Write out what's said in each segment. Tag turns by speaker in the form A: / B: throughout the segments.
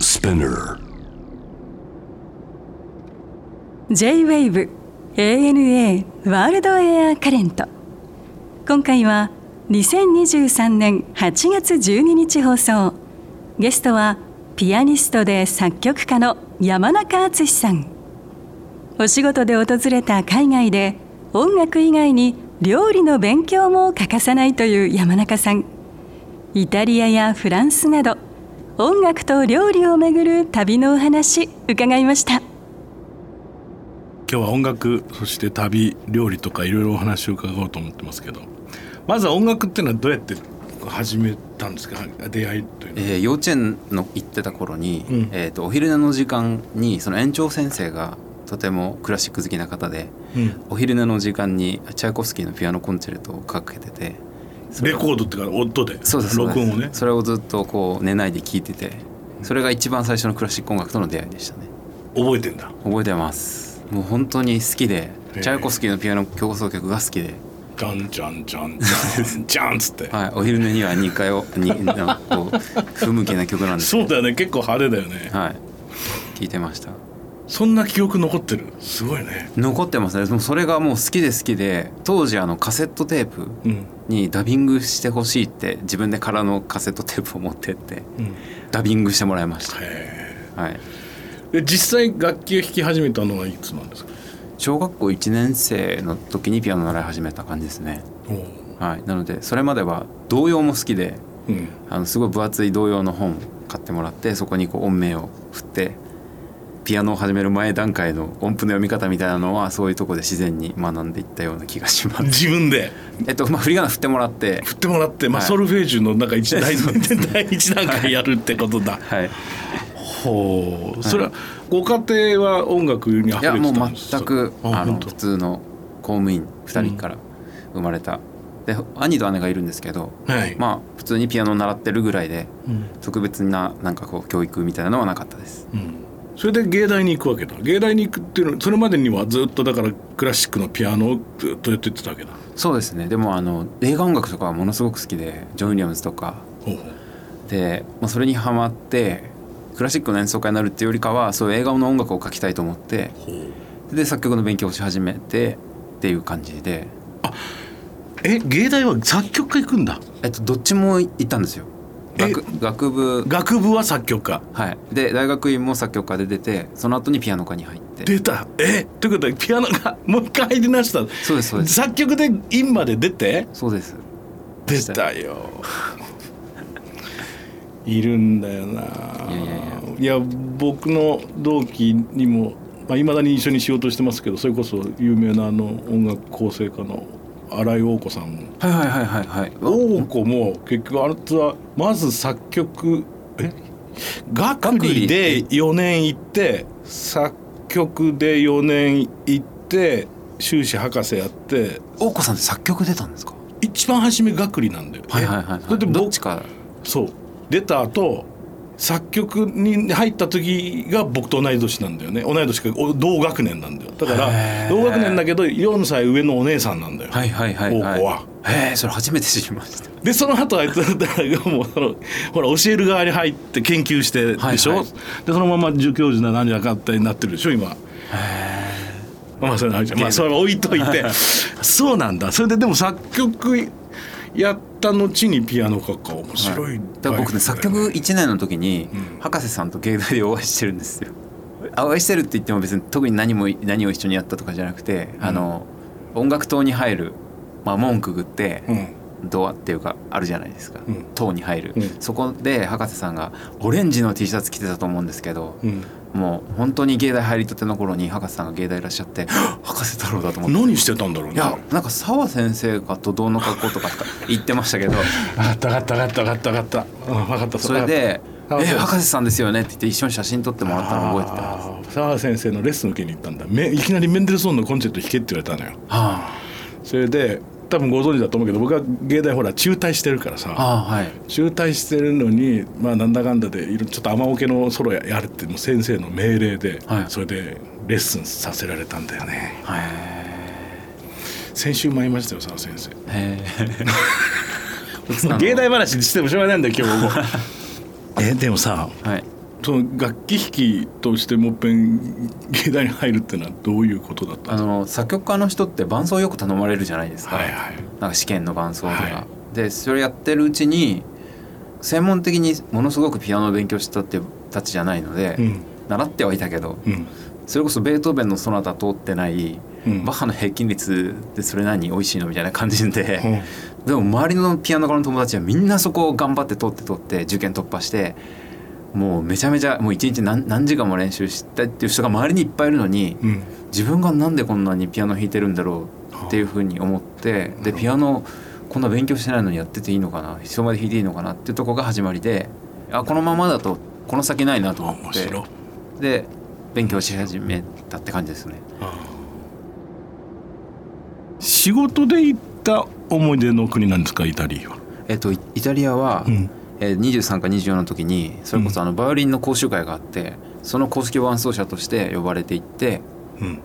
A: Spinner.
B: J-WAVE ANA ワールドエアカレント今回は2023年8月12日放送ゲストはピアニストで作曲家の山中敦さんお仕事で訪れた海外で音楽以外に料理の勉強も欠かさないという山中さんイタリアやフランスなど音楽と料理をめぐる旅のお話伺いました
C: 今日は音楽そして旅料理とかいろいろお話を伺おうと思ってますけどまずは音楽っていうのはどうやって始めたんですか出会いというのは。
D: えー幼稚園の行ってた頃に、
C: うん
D: えー、とお昼寝の時間にその園長先生がとてもクラシック好きな方で
C: うん
D: お昼寝の時間にチャイコフスキーのピアノコンチェルトをかけててそれ
C: レコードっていうか音で
D: そうですそうです
C: 録音をね
D: それをずっとこう寝ないで聴いててそれが一番最初のクラシック音楽との出会いでしたね
C: 覚えてんだ
D: 覚えてますもう本当に好きで
C: へえ
D: チャイコフスキーのピアノ競奏曲が好きで、
C: ジャンジャンジャンジャンジャンっつって
D: はい、お昼寝には2回をになんかこう不向きな曲なんです
C: そう
D: けど
C: だよね結構派手だよね
D: はい聴いてました
C: そんな記憶残ってるすごいね
D: 残ってますねでもそれがもう好きで好きで当時あのカセットテープ
C: うん
D: にダビングしてほしいって自分で空のカセットテープを持ってって
C: うん
D: ダビングしてもらいました、
C: へ
D: はい、
C: えで実際楽器を弾き始めたのはいつなんですか
D: 小学校1年生の時にピアノ習い始めた感じですね、
C: おう
D: はい、なのでそれまでは童謡も好きで
C: うん
D: あのすごい分厚い童謡の本買ってもらってそこにこう音名を振ってピアノを始める前段階の音符の読み方みたいなのはそういうとこで自然に学んでいったような気がし ます
C: 自分で
D: えっとまあ振り仮名振ってもらって
C: 振ってもらって、まあ、
D: はい
C: ソルフェージュのなんか一第
D: そうですね
C: 第一段階やるってことだ。
D: はい
C: ほう。それはご家庭は音楽に
D: い
C: 溢
D: や
C: れ
D: も
C: てた
D: うん
C: ですか。
D: 全く
C: あ
D: あの
C: 本当
D: 普通の公務員2人から生まれた、で兄と姉がいるんですけど
C: はい。
D: まあ普通にピアノを習ってるぐらいで
C: うん
D: 特別ななんかこう教育みたいなのはなかったです
C: うんそれで芸大に行くわけだ。芸大に行くっていうのそれまでにはずっとだからクラシックのピアノをずっとやってってたわけだ。
D: そうですねでもあの映画音楽とかはものすごく好きでジョン・ウィリアムズとか
C: ほうほ
D: で、まあ、それにハマってクラシックの演奏会になるっていうよりかはそういう映画の音楽を書きたいと思って
C: うほう
D: で作曲の勉強をし始めてっていう感じで、
C: え芸大は作曲家行くんだ。
D: えっと、どっちも行ったんですよ
C: え
D: 学学部
C: 学部は作曲家。
D: はい、で大学院も作曲家で出てその後にピアノ科に入って
C: 出た。えということでピアノがもう一回入り直した。
D: そうですそうです
C: 作曲で院まで出て。
D: そうです
C: 出たよ いるんだよない
D: やいや
C: いや僕の同期にもまあ、未だに一緒に仕事してますけどそれこそ有名なあの音楽構成家の新井王子さんも
D: はいはいはいはいはい
C: 王子も結局あれはまず作曲え学理で4年行って作曲で4年行って修士博士やって
D: 大子さんって作曲出たんですか
C: 一番初め学理なんだよ。
D: はいはいはい、
C: だ
D: は
C: っ
D: い、
C: て僕
D: どっちか
C: そう出た後作曲に入った時が僕と同い年なんだよね同い年かお同学年なんだよだから
D: へー
C: 同学年だけど4歳上のお姉さんなんだよ、
D: はいはいはいは
C: 大
D: い
C: 子は
D: へえそれ初めて知りました
C: でその後あいつだからもうそのほら教える側に入って研究してでしょ、
D: はいはい
C: でそのまま助教授な何やかってなってるでしょ今まあそれはまあそれは置いとい てそうなんだそれででも作曲やった後にピアノ書くか面白い、
D: はいだから僕ね作曲1年の時に
C: うん
D: 博士さんと芸大でお会いしてるんですよあお会いしてるって言っても別に特に何も何を一緒にやったとかじゃなくて、あの音楽棟に入る、まあ、門くぐって、
C: うん
D: ドアっていうかあるじゃないですか、
C: うん
D: 塔に入る、
C: うん
D: そこで博士さんがオレンジの T シャツ着てたと思うんですけど、
C: うん
D: もう本当に芸大入りたての頃に博士さんが芸大いらっしゃって はっ博士太郎だと思って。
C: 何してたんだろう
D: い
C: ね
D: やなんか澤先生がとどうの格好とか言ってまし たけど
C: 分かった分かった分かった分かった分かったうん分かった
D: それで「
C: あ
D: え
C: そう
D: 博士さんですよね」って言って一緒に写真撮ってもらったのを覚えてたんです
C: あー澤先生のレッスン受けに行ったんだめいきなりメンデルソーンのコンチェルト弾けって言われたのよ
D: は
C: それで多分ご存知だと思うけど僕は芸大ほら中退してるから
D: あ
C: さ
D: ああはい
C: 中退してるのにまあなんだかんだでいろちょっと雨おけのソロややれってもう先生の命令で、
D: はい
C: それでレッスンさせられたんだよね
D: へ
C: 先週も言いましたよ澤先生
D: えへえ
C: 芸大話してもしょうがないんだよ今日もえでもさ
D: はい
C: その楽器弾きとしてもっぺん芸大に入るってのはどういうことだった
D: あ
C: んです
D: の作曲家の人って伴奏よく頼まれるじゃないです
C: か
D: か、
C: はいはい
D: なんか試験の伴奏とか、
C: は
D: でそれやってるうちに専門的にものすごくピアノを勉強したってたちじゃないので、
C: うん
D: 習ってはいたけど
C: うん
D: それこそベートーベンのソナタ通ってない、
C: うん
D: バッハの平均率でそれ何美味しいのみたいな感じで、でも周りのピアノ科の友達はみんなそこを頑張って取って取って受験突破してもうめちゃめちゃもう一日何何時間も練習したっていう人が周りにいっぱいいるのに、
C: うんうん
D: 自分がなんでこんなにピアノ弾いてるんだろうっていうふうに思ってでピアノこんな勉強してないのにやってていいのかな人まで弾いていいのかなっていうとこが始まりであこのままだとこの先ないなと思
C: 面
D: っ
C: 白い
D: てで勉強し始めたって感じですね。
C: 仕事で行った思い出の国なんですかイタリアは、
D: えっと、イイタリアは、
C: うん
D: えー23か24の時にそれこそあのバイオリンの講習会があってその公式伴奏者として呼ばれていって
C: うん、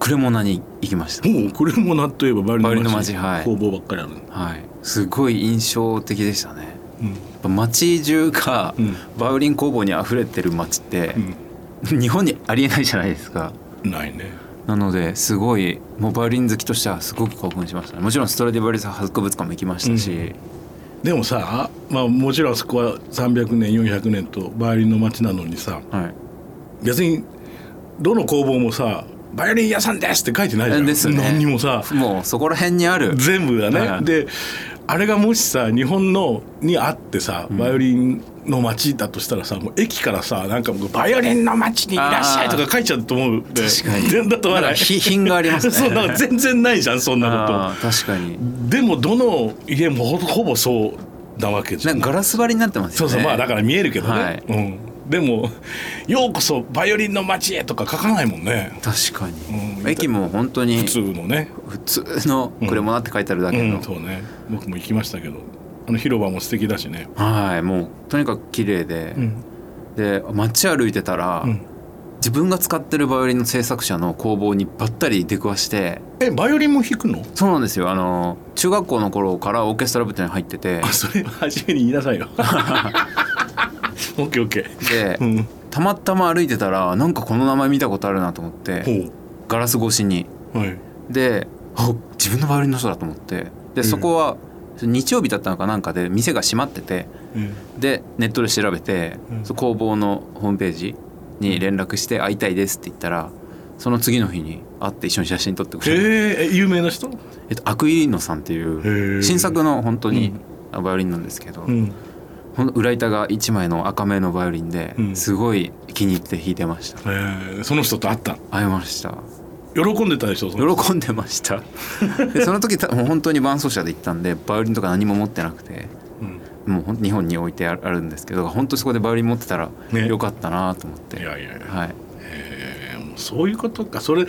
D: クレモナに行きました。
C: もうこれもなといえばバイオリンの街
D: バイオリンの街はい
C: 工房ばっかりある、
D: はい、すごい印象的でしたね。
C: うん
D: やっぱ街中が
C: うん
D: バイオリン工房に溢れてる街って、日本にありえないじゃないですか
C: うんないね
D: なのですごいもうバイオリン好きとしてはすごく興奮しましたねもちろんストラディバリウス博物館も行きましたし、
C: でもさ、まあ、もちろんそこは300年400年とバイオリンの街なのにさ
D: はい
C: 別にどの工房もさ「バイオリン屋さんです!」って書いてないじゃん
D: ですね
C: 何にもさ
D: もうそこら辺にある
C: 全部だね、
D: はい
C: であれがもしさ日本のにあってさバイオリンの街だとしたらさ、もう駅からさなんかもうバイオリンの街にいらっしゃい」とか書いちゃうと思う確
D: 確かに
C: 全然だと
D: なん
C: 笑
D: か
C: い
D: ひ品があります ね
C: そうなんか全然ないじゃんそんなこと
D: あー確かに
C: でもどの家もほほぼそうなわけじゃ
D: なんんかガラス張りになってます
C: そ
D: よ
C: う
D: ね
C: そう、まあだから見えるけどね、
D: はい
C: うん、でも「ようこそバイオリンの街へ」とか書かないもんね
D: 確か
C: う
D: に
C: ん
D: 駅も本当に
C: 普通のね、
D: 普通のクレモナって書いてあるだけ
C: う
D: の、
C: ん、そうね僕も行きましたけどあの広場も素敵だしね、
D: はいもうとにかく綺麗で、
C: うん
D: で街歩いてたら、
C: うん
D: 自分が使ってるバイオリンの制作者の工房にばったり出くわして
C: えバイオリンも弾くの
D: そうなんですよあの中学校の頃からオーケストラ部っていうのに入ってて
C: あそれ初めに言いな さいよオッケーオッケー
D: で、
C: うん
D: たまたま歩いてたらなんかこの名前見たことあるなと思って
C: ほ
D: ガラス越しに
C: うはい
D: であ自分のバイオリンの人だと思ってでそこは日曜日だったのかなんかで店が閉まってて
C: うん
D: でネットで調べて、
C: うん
D: そ工房のホームページに連絡して「会いたいです」って言ったらその次の日に会って一緒に写真撮ってく
C: へ
D: れて、
C: え有名な人
D: えっと、アクイリーノさんって
C: へ
D: い
C: え
D: う新作の本当にあバイオリンなんですけど、
C: うん
D: ほんと裏板が1枚の赤目のバイオリンで
C: うん
D: すごい気に入って弾いてました
C: えー、その人と会った
D: 会いました
C: 喜んでたでしょその人
D: 喜んでましたでその時たもう本当に伴奏者で行ったんでバイオリンとか何も持ってなくて
C: うん
D: もうほん日本に置いてあるあるんですけど本当そこでバイオリン持ってたら
C: ね
D: よかったなと思って、
C: いやいやいや
D: はい
C: えーもうそういうことかそれ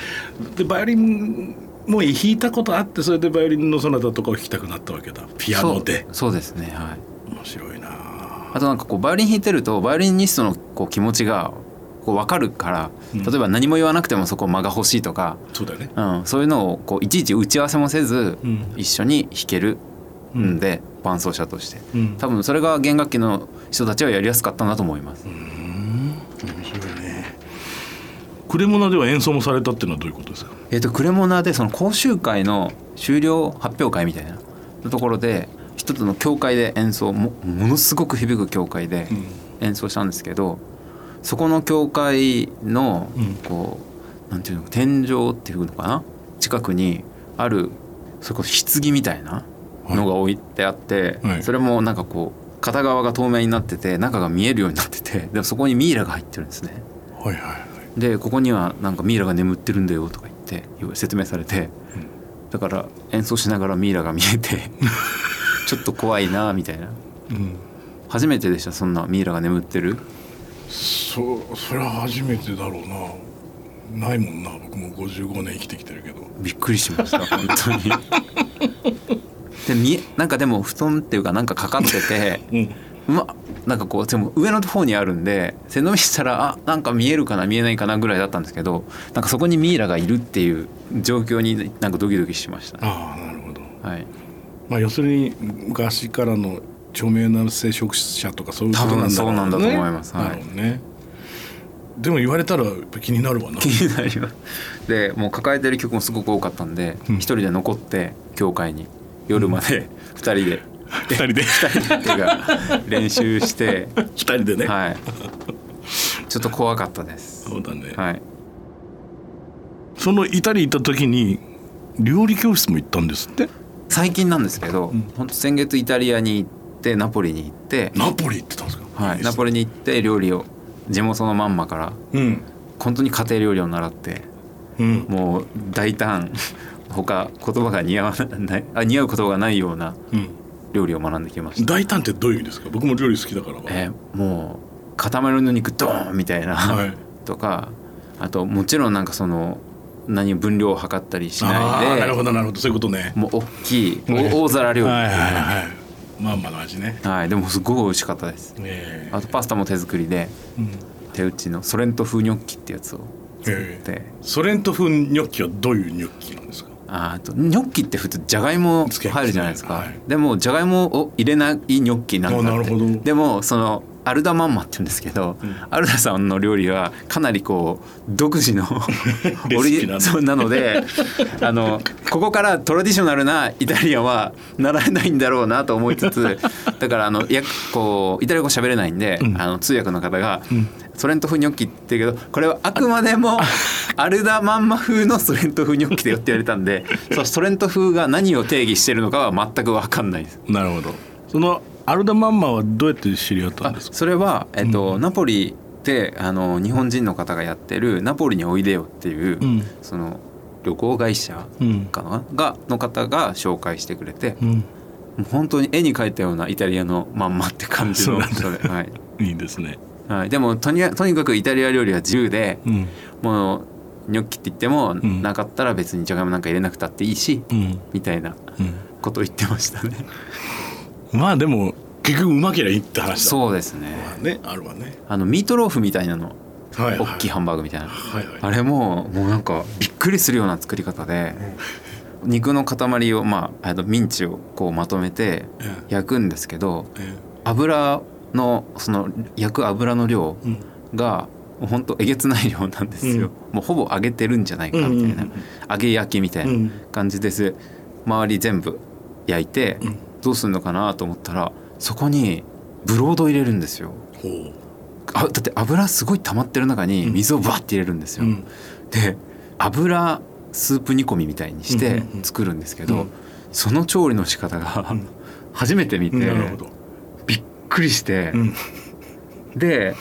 C: でバイオリンも弾いたことあってそれでバイオリンのソナタとかを弾きたくなったわけだピアノで
D: そうそうですねはい
C: 面白いな
D: あとなんかこうバイオリン弾いてるとバイオリニストのこう気持ちがこう分かるから
C: うん
D: 例えば何も言わなくてもそこ間が欲しいとか、
C: そうだよね
D: うん、そういうのをこういちいち打ち合わせもせず
C: うん
D: 一緒に弾けるんで、伴奏者として
C: うん
D: 多分それが弦楽器の人たちはやりやすかったなと思います、
C: 面白いねクレモナでは演奏もされたっていうのはどういうことですか
D: えっ、とクレモナーでその講習会の終了発表会みたいなところで一つの教会で演奏もものすごく響く教会で
C: うん
D: 演奏したんですけど、そこの教会の
C: うん
D: こう、なんていうの天井っていうのかな近くにあるそれこそ棺みたいなのが置いてあって、
C: はい
D: それもなんかこう片側が透明になってて中が見えるようになっててでもそこにミイラが入ってるんですね。
C: はいはいはい
D: でここにはなんかミイラが眠ってるんだよとか言って説明されて、だから演奏しながらミイラが見え てちょっと怖いなみたいな
C: うん
D: 初めてでしたそんなミイラが眠ってる
C: そそれは初めてだろうなないもんな僕も55年生きてきてるけど
D: びっくりしました本当にでみなんかでも布団っていうかなんかかかってて
C: うん
D: まなんかこうでも上の方にあるんで背伸びしたらあなんか見えるかな見えないかなぐらいだったんですけどなんかそこにミイラがいるっていう状況になんかドキドキしました、
C: ああなるほど
D: はい、
C: まあ要するに昔からの著名な聖職者とかそういうこと
D: 多
C: なんだろう
D: 分そうなんだと思います
C: ね
D: はい
C: なるほどねでも言われたらやっぱ気になるわな
D: 気になりますでもう抱えてる曲もすごく多かったんで一、
C: うん
D: 人で残って教会に夜まで 二人で
C: 二人で
D: っていうか練習して
C: 二人でね、
D: はいちょっと怖かったです
C: そうだね、
D: はい
C: そのイタリア行った時に料理教室も行ったんですって
D: 最近なんですけど、
C: ん
D: 本当先月イタリアに行ってナポリに行って、
C: ナポリ行ってたんですか
D: はい、ナポ
C: リ
D: リに行って料理を地元のまんまから
C: うん
D: 本当に家庭料理を習って
C: うん
D: もう大胆他言葉が似合わないあ似合う言葉がないような
C: うん
D: 料理を学んできました、
C: 大胆ってどういう意味ですか僕も料理好きだから
D: えーもう塊の肉ドーンみたいな、
C: はい
D: とかあともちろんなんかその何分量を測ったりし
C: あ
D: な
C: ー
D: い
C: な
D: で
C: るほどなるほどそういうことね
D: もう大きい
C: ね
D: お大皿料理、
C: はい
D: は
C: はい
D: い
C: はいまんまの味ね
D: でもすごい美味しかったです
C: ええ
D: あとパスタも手作りで
C: うん
D: 手打ちのソレント風ニョッキってやつを
C: ええ
D: で
C: ソレント風ニョッキはどういうニョッキなんですか
D: ああとニョッキって普通じゃがいも入るじゃないですか
C: つけますねはい
D: でもじゃがいもを入れないニョッキなんだって
C: あなるほど
D: でもそのアルダマンマって言うんですけど、アルダさんの料理はかなりこう独自の
C: レシピなんだ
D: オリそうな のであのここからトラディショナルなイタリアンは習えないんだろうなと思い つつだからあのやこうイタリア語喋れないんで、
C: うん
D: あの通訳の方が、
C: ん
D: ソレント風ニョッキって言うけどこれはあくまでも アルダマンマ風のソレント風ニョッキだよって言われたん でそのソレント風が何を定義してるのかは全く分かんないです。
C: なるほどそのアルダマンマはどうやって知り合ったん
D: あ
C: ですか
D: それは、えっとナポリであの日本人の方がやってる「ナポリにおいでよ」っていう、
C: うん
D: その旅行会社
C: うん
D: かながの方が紹介してくれて、
C: うん
D: もう本当に絵に描いたようなイタリアのまんまって感じの
C: そうなんだ
D: それはい
C: いいですね
D: はい、でもとにとにかくイタリア料理は自由で、
C: うん
D: もうニョッキって言っても、
C: ん
D: なかったら別にじゃがいもなんか入れなくたっていいし、
C: うん
D: みたいな
C: うん
D: ことを言ってましたね。
C: まあでも結局うまけりゃいいって話だ
D: そうですね
C: まあねあるわね
D: あのミートローフみたいなの
C: はい
D: 大きいハンバーグみたいな、
C: はいはい
D: あれももうなんかびっくりするような作り方で、肉の塊をまああのミンチをこうまとめて
C: え
D: 焼くんですけど
C: ええ
D: 油のその焼く油の量
C: えうん
D: がもうほんとえげつない量なんですよ、もうほぼ揚げてるんじゃないかみたいな、
C: うんうんうん
D: 揚げ焼きみたい
C: うん
D: な感じです周り全部焼いて
C: うん
D: どうするのかなと思ったらそこにブロード入れるんですよ
C: ほう
D: あだって油すごい溜まってる中に水をバッて入れるんですよ、
C: うん
D: で油スープ煮込みみたいにし
C: うん
D: て
C: うんうん
D: 作るんですけど、
C: うん
D: その調理の仕方が、
C: ん
D: 初めて見て、
C: なるほど
D: びっくりして、
C: うん
D: で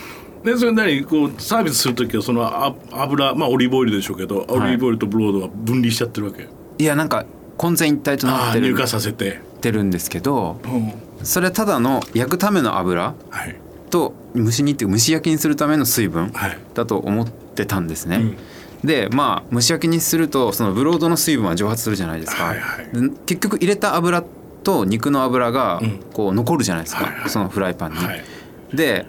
C: でそれなりにこうサービスする時はそのあ油まあオリーブオイルでしょうけどオリーブオイルとブロードは分離しちゃってるわけ、
D: いやなんか混然一体と
C: あ
D: なっ
C: あ
D: て
C: 乳
D: る
C: 化させて、
D: ってるんですけど
C: うん、
D: それはただの焼くための油
C: はい
D: と蒸し煮っていう蒸し焼きにするための水分
C: はい
D: だと思ってたんですね。でまあ蒸し焼きにするとそのブロードの水分は蒸発するじゃないですか、
C: はいはい
D: で結局入れた油と肉の油が
C: うん
D: こう残るじゃないですか、
C: はいはい
D: そのフライパンに。
C: はい
D: で、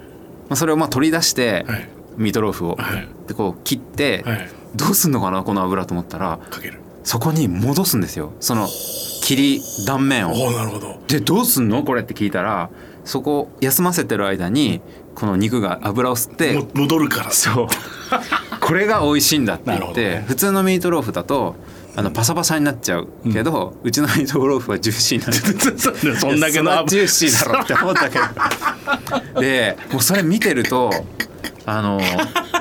D: まあ、それをまあ取り出して、
C: はい
D: ミートローフを、
C: はい
D: でこう切って、
C: はい
D: どうすんのかなこの油と思ったら
C: かける
D: そこに戻すんですよその切り断面を。
C: おおなるほど
D: でどうすんのこれって聞いたらそこ休ませてる間にこの肉が油を吸って
C: も戻るから
D: そうこれが美味しいんだって
C: なる
D: 言っ
C: ほど
D: て、
C: ね
D: 普通のミートローフだとあのパサパサになっちゃうけど、うちのミートローフはジューシーなん で
C: そんだけの
D: いやそジューシーだろって思ったけ どでもうそれ見てるとあの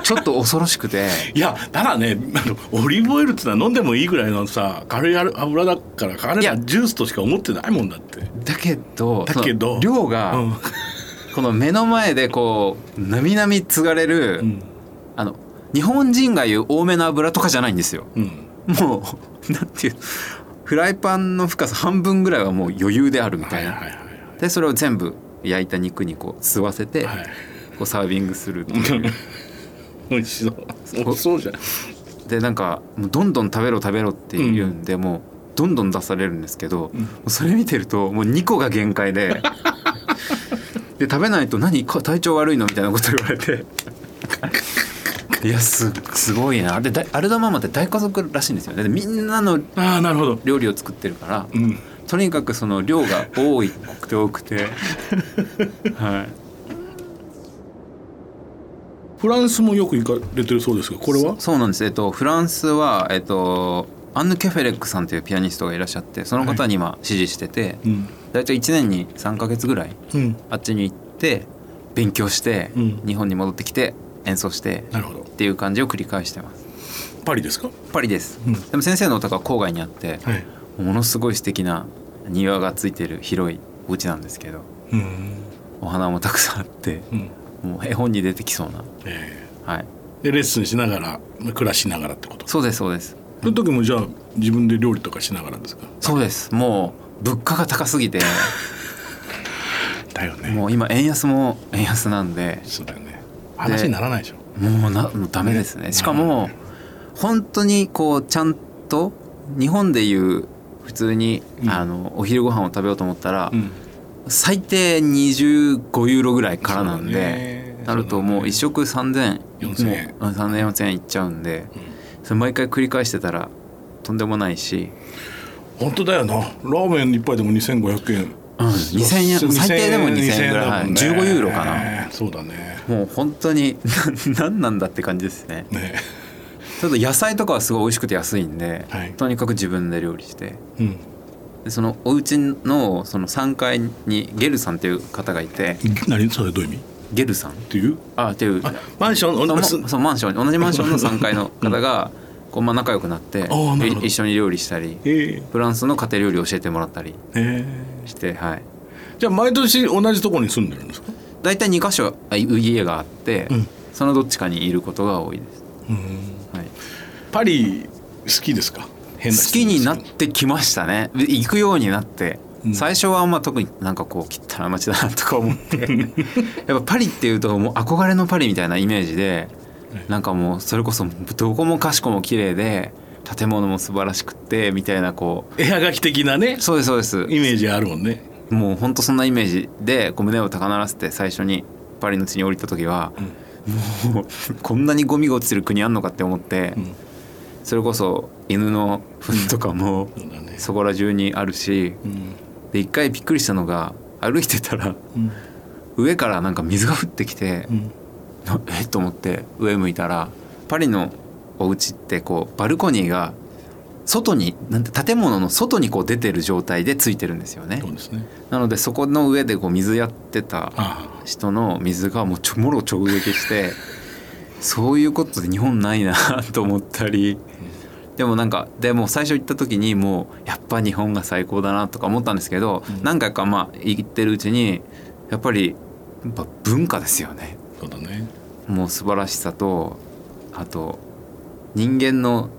D: ちょっと恐ろしくて
C: いやただねあのオリーブオイルってのは飲んでもいいぐらいのさ軽い油だからあれ
D: い
C: は
D: や
C: ジュースとしか思ってないもんだって
D: だけど
C: だけど
D: その量が、
C: うん
D: この目の前でこうなみなみつがれる、
C: うん
D: あの日本人が言う多めの油とかじゃないんですよ。
C: うん
D: もうなんていうフライパンの深さ半分ぐらいはもう余裕であるみた
C: はい
D: い
C: は
D: な、
C: いはい
D: でそれを全部焼いた肉にこう吸わせて、
C: はい
D: こうサービングするっていう
C: 美味しそう美味しそうじゃん
D: でなんかもうどんどん食べろ食べろっていうんで、もうどんどん出されるんですけど、もうそれ見てるともう2個が限 界でで食べないと何か体調悪いのみたいなこと言われていやすすごいなでだアルダママって大家族らしいんですよねでみんなの
C: ああなるほど
D: 料理を作ってるから、
C: うん
D: とにかくその量が多い くて多くてはい
C: フランスもよく行かれてるそうですがこれは
D: そうなんです、えっと、フランスは、えっと、アンヌ・ケフェレックさんというピアニストがいらっしゃってその方に今支持してて、
C: うん
D: 大体1年に3か月ぐらい
C: うん
D: あっちに行って勉強して、
C: うん
D: 日本に戻ってきて演奏して
C: なるほど
D: っていう感じを繰り返してます
C: パリですか
D: パリです、
C: うん
D: でも先生のお宅は郊外にあって、
C: はい
D: ものすごい素敵な庭がついてる広いお家なんですけど
C: うん
D: お花もたくさんあって
C: うん
D: もう絵本に出てきそうな
C: え
D: はい
C: ーでレッスンしながら暮らしながらってこと
D: そうですそうです
C: その時もじゃあ自分で料理とかしながらですか
D: そうですもう物価が高す ぎて
C: だよね
D: もう今円安も円安なんで
C: そうだよね話にならないでしょ
D: もうなもうダメですねしかも本当にこうちゃんと日本でいう普通に、
C: うん
D: あのお昼ご飯を食べようと思ったら、
C: うん
D: 最低25ユーロぐらいからなん
C: そうだ
D: で、
C: ね
D: なるともう一食3000
C: 4000円
D: もううん3000 4000円いっちゃうんで、それ毎回繰り返してたらとんでもないし、
C: 本当だよなラーメン一杯でも2500円
D: うん、2000円最低でも2000円ぐらい、はい15ユーロかな
C: なそうだね
D: もう本当に 何なんだって感じですね
C: ね
D: ただ野菜とかはすごい美味しくて安いんで、
C: はい
D: とにかく自分で料理して
C: うん
D: でそのお家のその3階にゲルさんっていう方がいて
C: 何それどういう意味っ
D: ゲルさん
C: ていう
D: あっていう
C: あマンション
D: そ
C: 同
D: の
C: じ
D: そうマンション同じマンションの3階の方がこうまあ仲良くなって
C: あーなるほど
D: い一緒に料理したり
C: え
D: フランスの家庭料理を教えてもらったり
C: ええ
D: しては
C: え
D: い
C: じゃあ毎年同じところに住んでるんですか
D: 大体2か所あい家があって、
C: うん
D: そのどっちかにいることが多いです、
C: うん
D: はい、
C: パリ好きですか変な
D: 好きになってきましたねで行くようになって、
C: うん
D: 最初はあんま特になんかこう汚い街だなとか思って やっぱパリっていうともう憧れのパリみたいなイメージで
C: ね
D: なんかもうそれこそどこもかしこも綺麗で建物も素晴らしくてみたいなこ
C: 絵はがき的なね
D: うそうですそうです
C: イメージあるもんね
D: もうほんとそんなイメージでこう胸を高鳴らせて最初にパリの地に降りた時は、もうこんなにゴミが落ちてる国あんのかって思って、
C: うん
D: それこそ犬の糞とかも
C: そうだね
D: そこら中にあるし
C: うん
D: で一回びっくりしたのが歩いてたら
C: うん
D: 上からなんか水が降ってきて
C: う、ん
D: なえっと思って上向いたらパリのお家ってこうバルコニーが外になんて建物の外にこう出てる状態でついてるんですよね
C: そうですね
D: なのでそこの上でこう水やってた
C: あ
D: 人の水がもうちょもろ直撃してそういうことで日本ないなと思ったりでもなんかでも最初行った時にもうやっぱ日本が最高だなとか思ったんですけど、
C: うん
D: 何回かまあ行ってるうちにやっぱりやっぱ文化ですよね
C: あそうだね
D: もう素晴らしさとあと人間の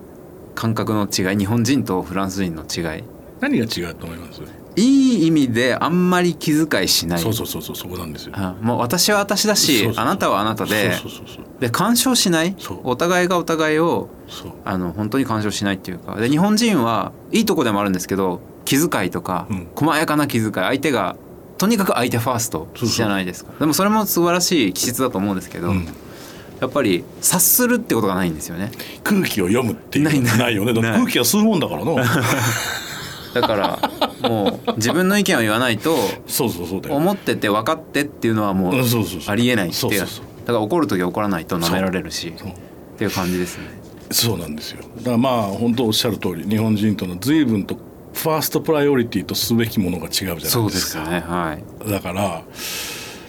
D: 感覚の違い日本人とフランス人の違い
C: 何が違うと思います
D: いい意味であんまり気遣いしない
C: そうそうそうそうそこなんですよ
D: あもう私は私だし
C: そうそう
D: あなたはあなたで
C: そうそうそう
D: で干渉しない
C: そう
D: お互いがお互いを
C: そうそう
D: あの本当に干渉しないっていうかで日本人はいいとこでもあるんですけど気遣いとか、
C: うん
D: 細やかな気遣い相手がとにかく相手ファースト
C: そうそう
D: じゃないですかでもそれも素晴らしい気質だと思うんですけど、
C: うん
D: やっぱり察するってことがないんですよね
C: 空気を読むっていうのは
D: ないない
C: ないよねだって
D: ない
C: 空気は吸うもんだからな
D: だからもう自分の意見を言わないと
C: そうそうそうだよ
D: 思ってて分かってっていうのはもう
C: うんそうそうそう
D: ありえないって
C: そう
D: いう
C: そ
D: だ
C: うそう
D: から怒る時は怒らないと舐められるし
C: そう
D: っていう感じですね
C: そうなんですよだからまあ本当おっしゃる通り日本人との随分とファーストプライオリティとすべきものが違うじゃないですか
D: そうですよねはい
C: だから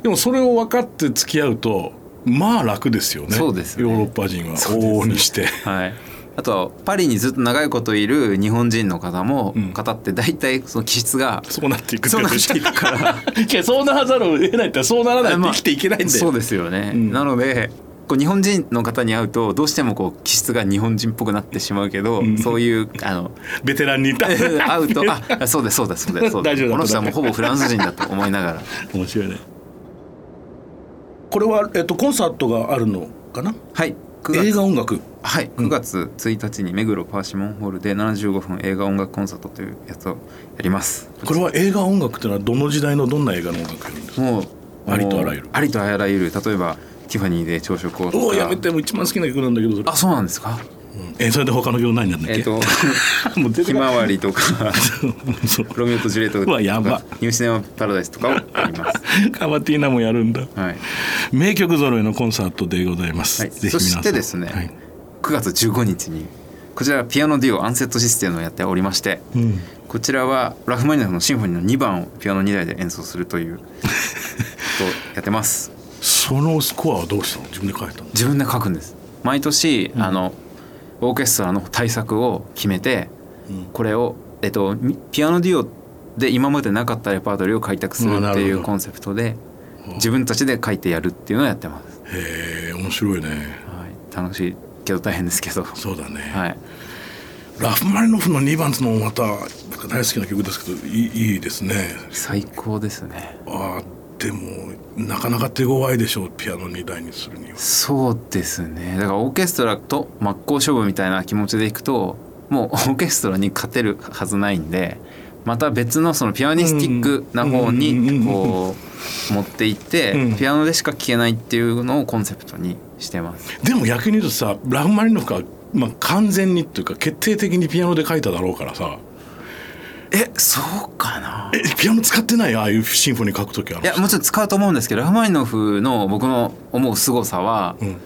C: でもそれを分かって付き合うとまあ楽ですよね
D: そうですね
C: ヨーロッパ人は
D: そうです
C: 往々にして
D: はい、あとパリにずっと長いこといる日本人の方も
C: うん
D: 方って大体その気質が
C: そうなっていく
D: そうなって い
C: い
D: くから
C: くそうならざるを得ないってそうならないと生きていけないんだ
D: そ
C: よ、
D: うですよね、
C: うん
D: なのでこう日本人の方に会うとどうしてもこう気質が日本人っぽくなってしまうけど、
C: ん
D: そういうあ の
C: ベテランにいた
D: 会うとあそうだそうだそうだそうだ
C: 大丈夫だ
D: この人はもうほぼフランス人だと思いながら
C: 面白いねこれは、えっと、コンサートがあるのかな
D: はい9
C: 映
D: 月
C: 画音楽
D: はい、9月1日に目黒パーシモンホールで75分映画音楽コンサートというやつをやります。
C: これは映画音楽ってのはどの時代のどんな映画の音楽やるんですか
D: もう
C: ありとあらゆる
D: ありとあらゆる例えばティファニーで朝食をとか
C: おおやめてもう一番好きな曲なんだけどそれ
D: あそうなんですか
C: えそれで他の業何なんだっ
D: え
C: け、
D: っと
C: もう 出て
D: ひ
C: こ
D: ま
C: ない
D: わりとか
C: そう
D: ロミオとジュレットと
C: うわ
D: か
C: やば
D: ニューシネマパラダイスとかをや ります。
C: カバティーナもやるんだ
D: はい。
C: 名曲揃いのコンサートでございます、
D: はい
C: ぜひ
D: そ
C: 皆さん
D: してですね
C: はい
D: 9月15日にこちらピアノデュオアンセットシステムをやっておりまして、
C: うん
D: こちらはラフマニノフのシンフォニーの2番をピアノ2台で演奏する ということをやってます。
C: そのスコアはどうしたの自分で書いたの
D: 自分で書くんです。毎年、あのオーケストラの対策を決めて、
C: うん
D: これをえっとみピアノデュオで今までなかったレパートリーを開拓する
C: うんな
D: って
C: るほ
D: い
C: ど
D: うコンセプトで
C: うん
D: 自分たちで書いてやるっていうのをやってます。
C: へえ面白いね
D: はい、楽しいけど大変ですけど。
C: そうだね、
D: はい。
C: ラフマリノフの2番ってのもまた僕大好きな曲ですけどいいいいですね
D: 最高ですね
C: あーでもなかなか手強いでしょうピアノ2台にするには
D: そうですねだからオーケストラと真っ向勝負みたいな気持ちでいくともうオーケストラに勝てるはずないんでまた別のそのピアニスティックな方
C: うん
D: にこう持っていって、
C: うん
D: ピアノでしか聴けないっていうのをコンセプトにしてます。
C: でも逆に言うとさラフマリノフが、まあ、完全にっていうか決定的にピアノで書いただろうからさ
D: えそうかな
C: えピアノ使ってないああいうシンフォニー書くときあの
D: いやもちろん使うと思うんですけどラフマニノフの僕の思う凄さは、
C: ん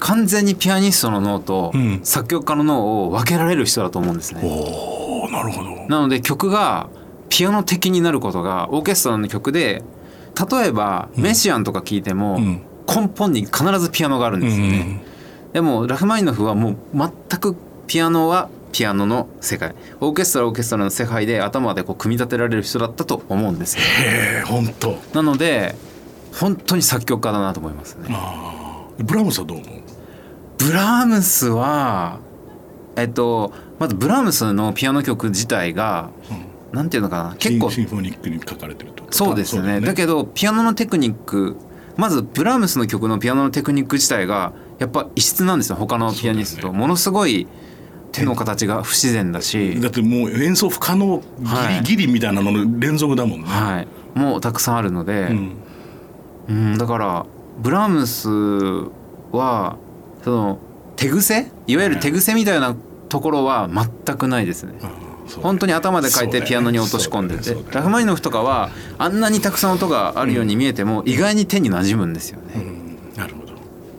D: 完全にピアニストの脳と
C: うん
D: 作曲家の脳を分けられる人だと思うんですね。
C: おーなるほど
D: なので曲がピアノ的になることがオーケストラの曲で例えば「メシアン」とか聴いても
C: うん
D: 根本に必ずピアノがあるんですよね。でもラフマニノフはもう全くピアノはピアノの世界オーケストラはオーケストラの世界で頭でこう組み立てられる人だったと思うんですよ。
C: へえ本当。
D: なので本当に作曲家だなと思いますね。
C: あーブラームスはどう思う
D: ブラームスはえっとまずブラームスのピアノ曲自体が、なんていうのかな結構
C: シンフォニックに書かれてるってこと
D: そうですねだけどピアノのテクニックまずブラームスの曲のピアノのテクニック自体がやっぱ異質なんですよ他のピアニストと、ものすごい手の形が不自然だし
C: だ、ってもう演奏不可能ギリ、
D: はい
C: ギリみたいなのの連続だもんね、
D: はい、もうたくさんあるので、
C: うん
D: うん、だからブラームスはその手癖いわゆる手癖みたいなところは全くないですね。
C: あーそう
D: 本当に頭で書
C: そ
D: い
C: うだ
D: て
C: ね
D: ピアノに落とし込んで
C: そう
D: て
C: だねそうだね
D: ラフマニノフとかはあんなにたくさん音があるように見えても意外に手に馴染むんですよ
C: う
D: ね
C: んなるほど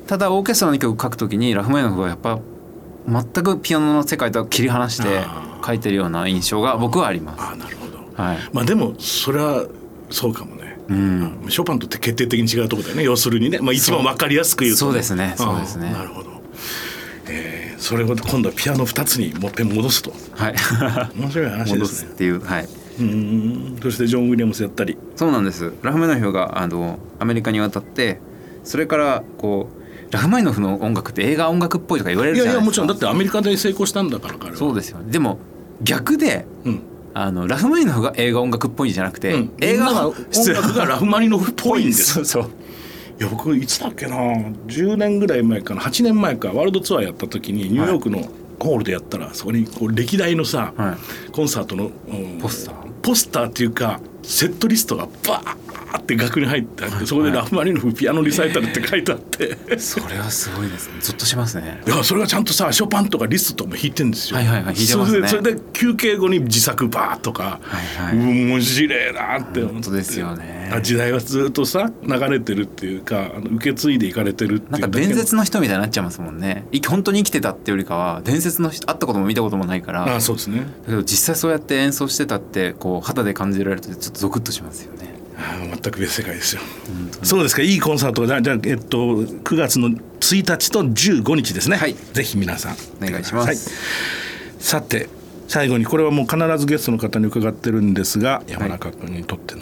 D: ただオーケストラの曲書くときにラフマニノフはやっぱ全くピアノの世界とは切り離して
C: あー
D: 書いてるような印象が僕はあります
C: あーなるほど
D: はい
C: まあでもそれはそうかもね
D: うん
C: ショパンとって決定的に違うところだよね要するにね、まあ、一番わかりやすく言うと
D: そうですねそうですね
C: あーなるほど、えーそれを今度はピアノ2つにもっぺん戻すと
D: はい
C: 面白い話で
D: 戻
C: す
D: すっ
C: ね
D: ていうはい
C: うんそしてジョン・ウィリアムスやったり
D: そうなんですラフマニノフがあのアメリカに渡ってそれからこうラフマニノフの音楽って映画音楽っぽいとか言われる
C: い
D: じ
C: や
D: ゃないい
C: や
D: で
C: も
D: す
C: ち
D: か
C: ろんだってアメリカで成功したんだから彼は
D: そうですよねでも逆で
C: うん
D: あのラフマニノフが映画音楽っぽいんじゃなくて、
C: うん、
D: 映画
C: の
D: の
C: 音楽がラフマニノフっぽいんです
D: そうそう
C: いや僕いつだっけな10年ぐらい前かな8年前かワールドツアーやった時にニューヨークのホールでやったら、そこにこう歴代のさ、
D: は
C: コンサートの、うん
D: ポスター
C: ポスターっていうかセットリストがバーって額に入ってあってそこでラフマニノフピアノリサイタルって書いてあって、
D: い それはすごいですねゾッとしますね
C: いやそれがちゃんとさショパンとかリストとかも弾いてんですよ。
D: はいはいはい弾いてますね
C: それでそれで休憩後に自作バーとか、
D: はいはい
C: うん面白いなって思って
D: 本当ですよね
C: あ時代はずっとさ流れてるっていうかあの受け継いでいかれてるっていう
D: なんか
C: だけの
D: 伝説の人みたいになっちゃいますもんねい本当に生きてたっていうよりかは伝説の人会ったことも見たこともないから
C: あ
D: だ
C: あそうですね
D: けど実際そうやって演奏してたってこう肌で感じられるとちょっとゾクッとしますよね
C: ああ全く別世界ですよそうですかいいコンサートがじゃあじゃあえっと9月の1日と15日ですね
D: はい
C: ぜひ皆さん
D: お願いします、
C: はいさて最後にこれはもう必ずゲストの方に伺ってるんですが山中君にとっての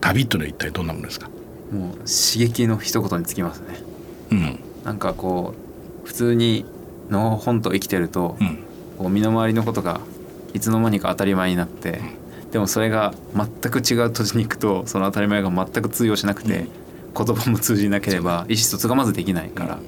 C: 旅というのは一体どんなものですか、
D: もう刺激の一言につきますね
C: うん
D: なんかこう普通にのほほんと生きてると、
C: うん
D: こう身の回りのことがいつの間にか当たり前になって、でもそれが全く違う土地に行くとその当たり前が全く通用しなくて、言葉も通じなければ意思疎通がまずできないから、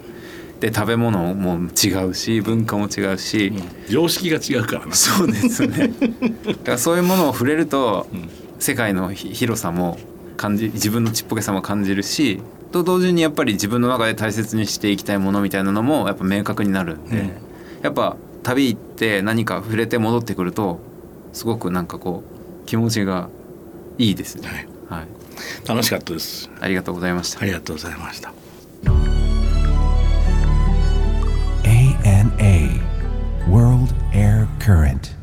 D: で食べ物も違うし文化も違うし、
C: 常識が違うからな
D: そうですねだからそういうものを触れると、
C: ん
D: 世界のひ広さも感じ自分のちっぽけさも感じるしと同時にやっぱり自分の中で大切にしていきたいものみたいなのもやっぱ明確になるんで、
C: うん
D: やっぱ旅行って何か触れて戻ってくるとすごくなんかこう気持ちがいいですね、
C: はい
D: はい、
C: 楽しかったです
D: ありがとうございました
C: ありがとうございました
A: ANA World Air Current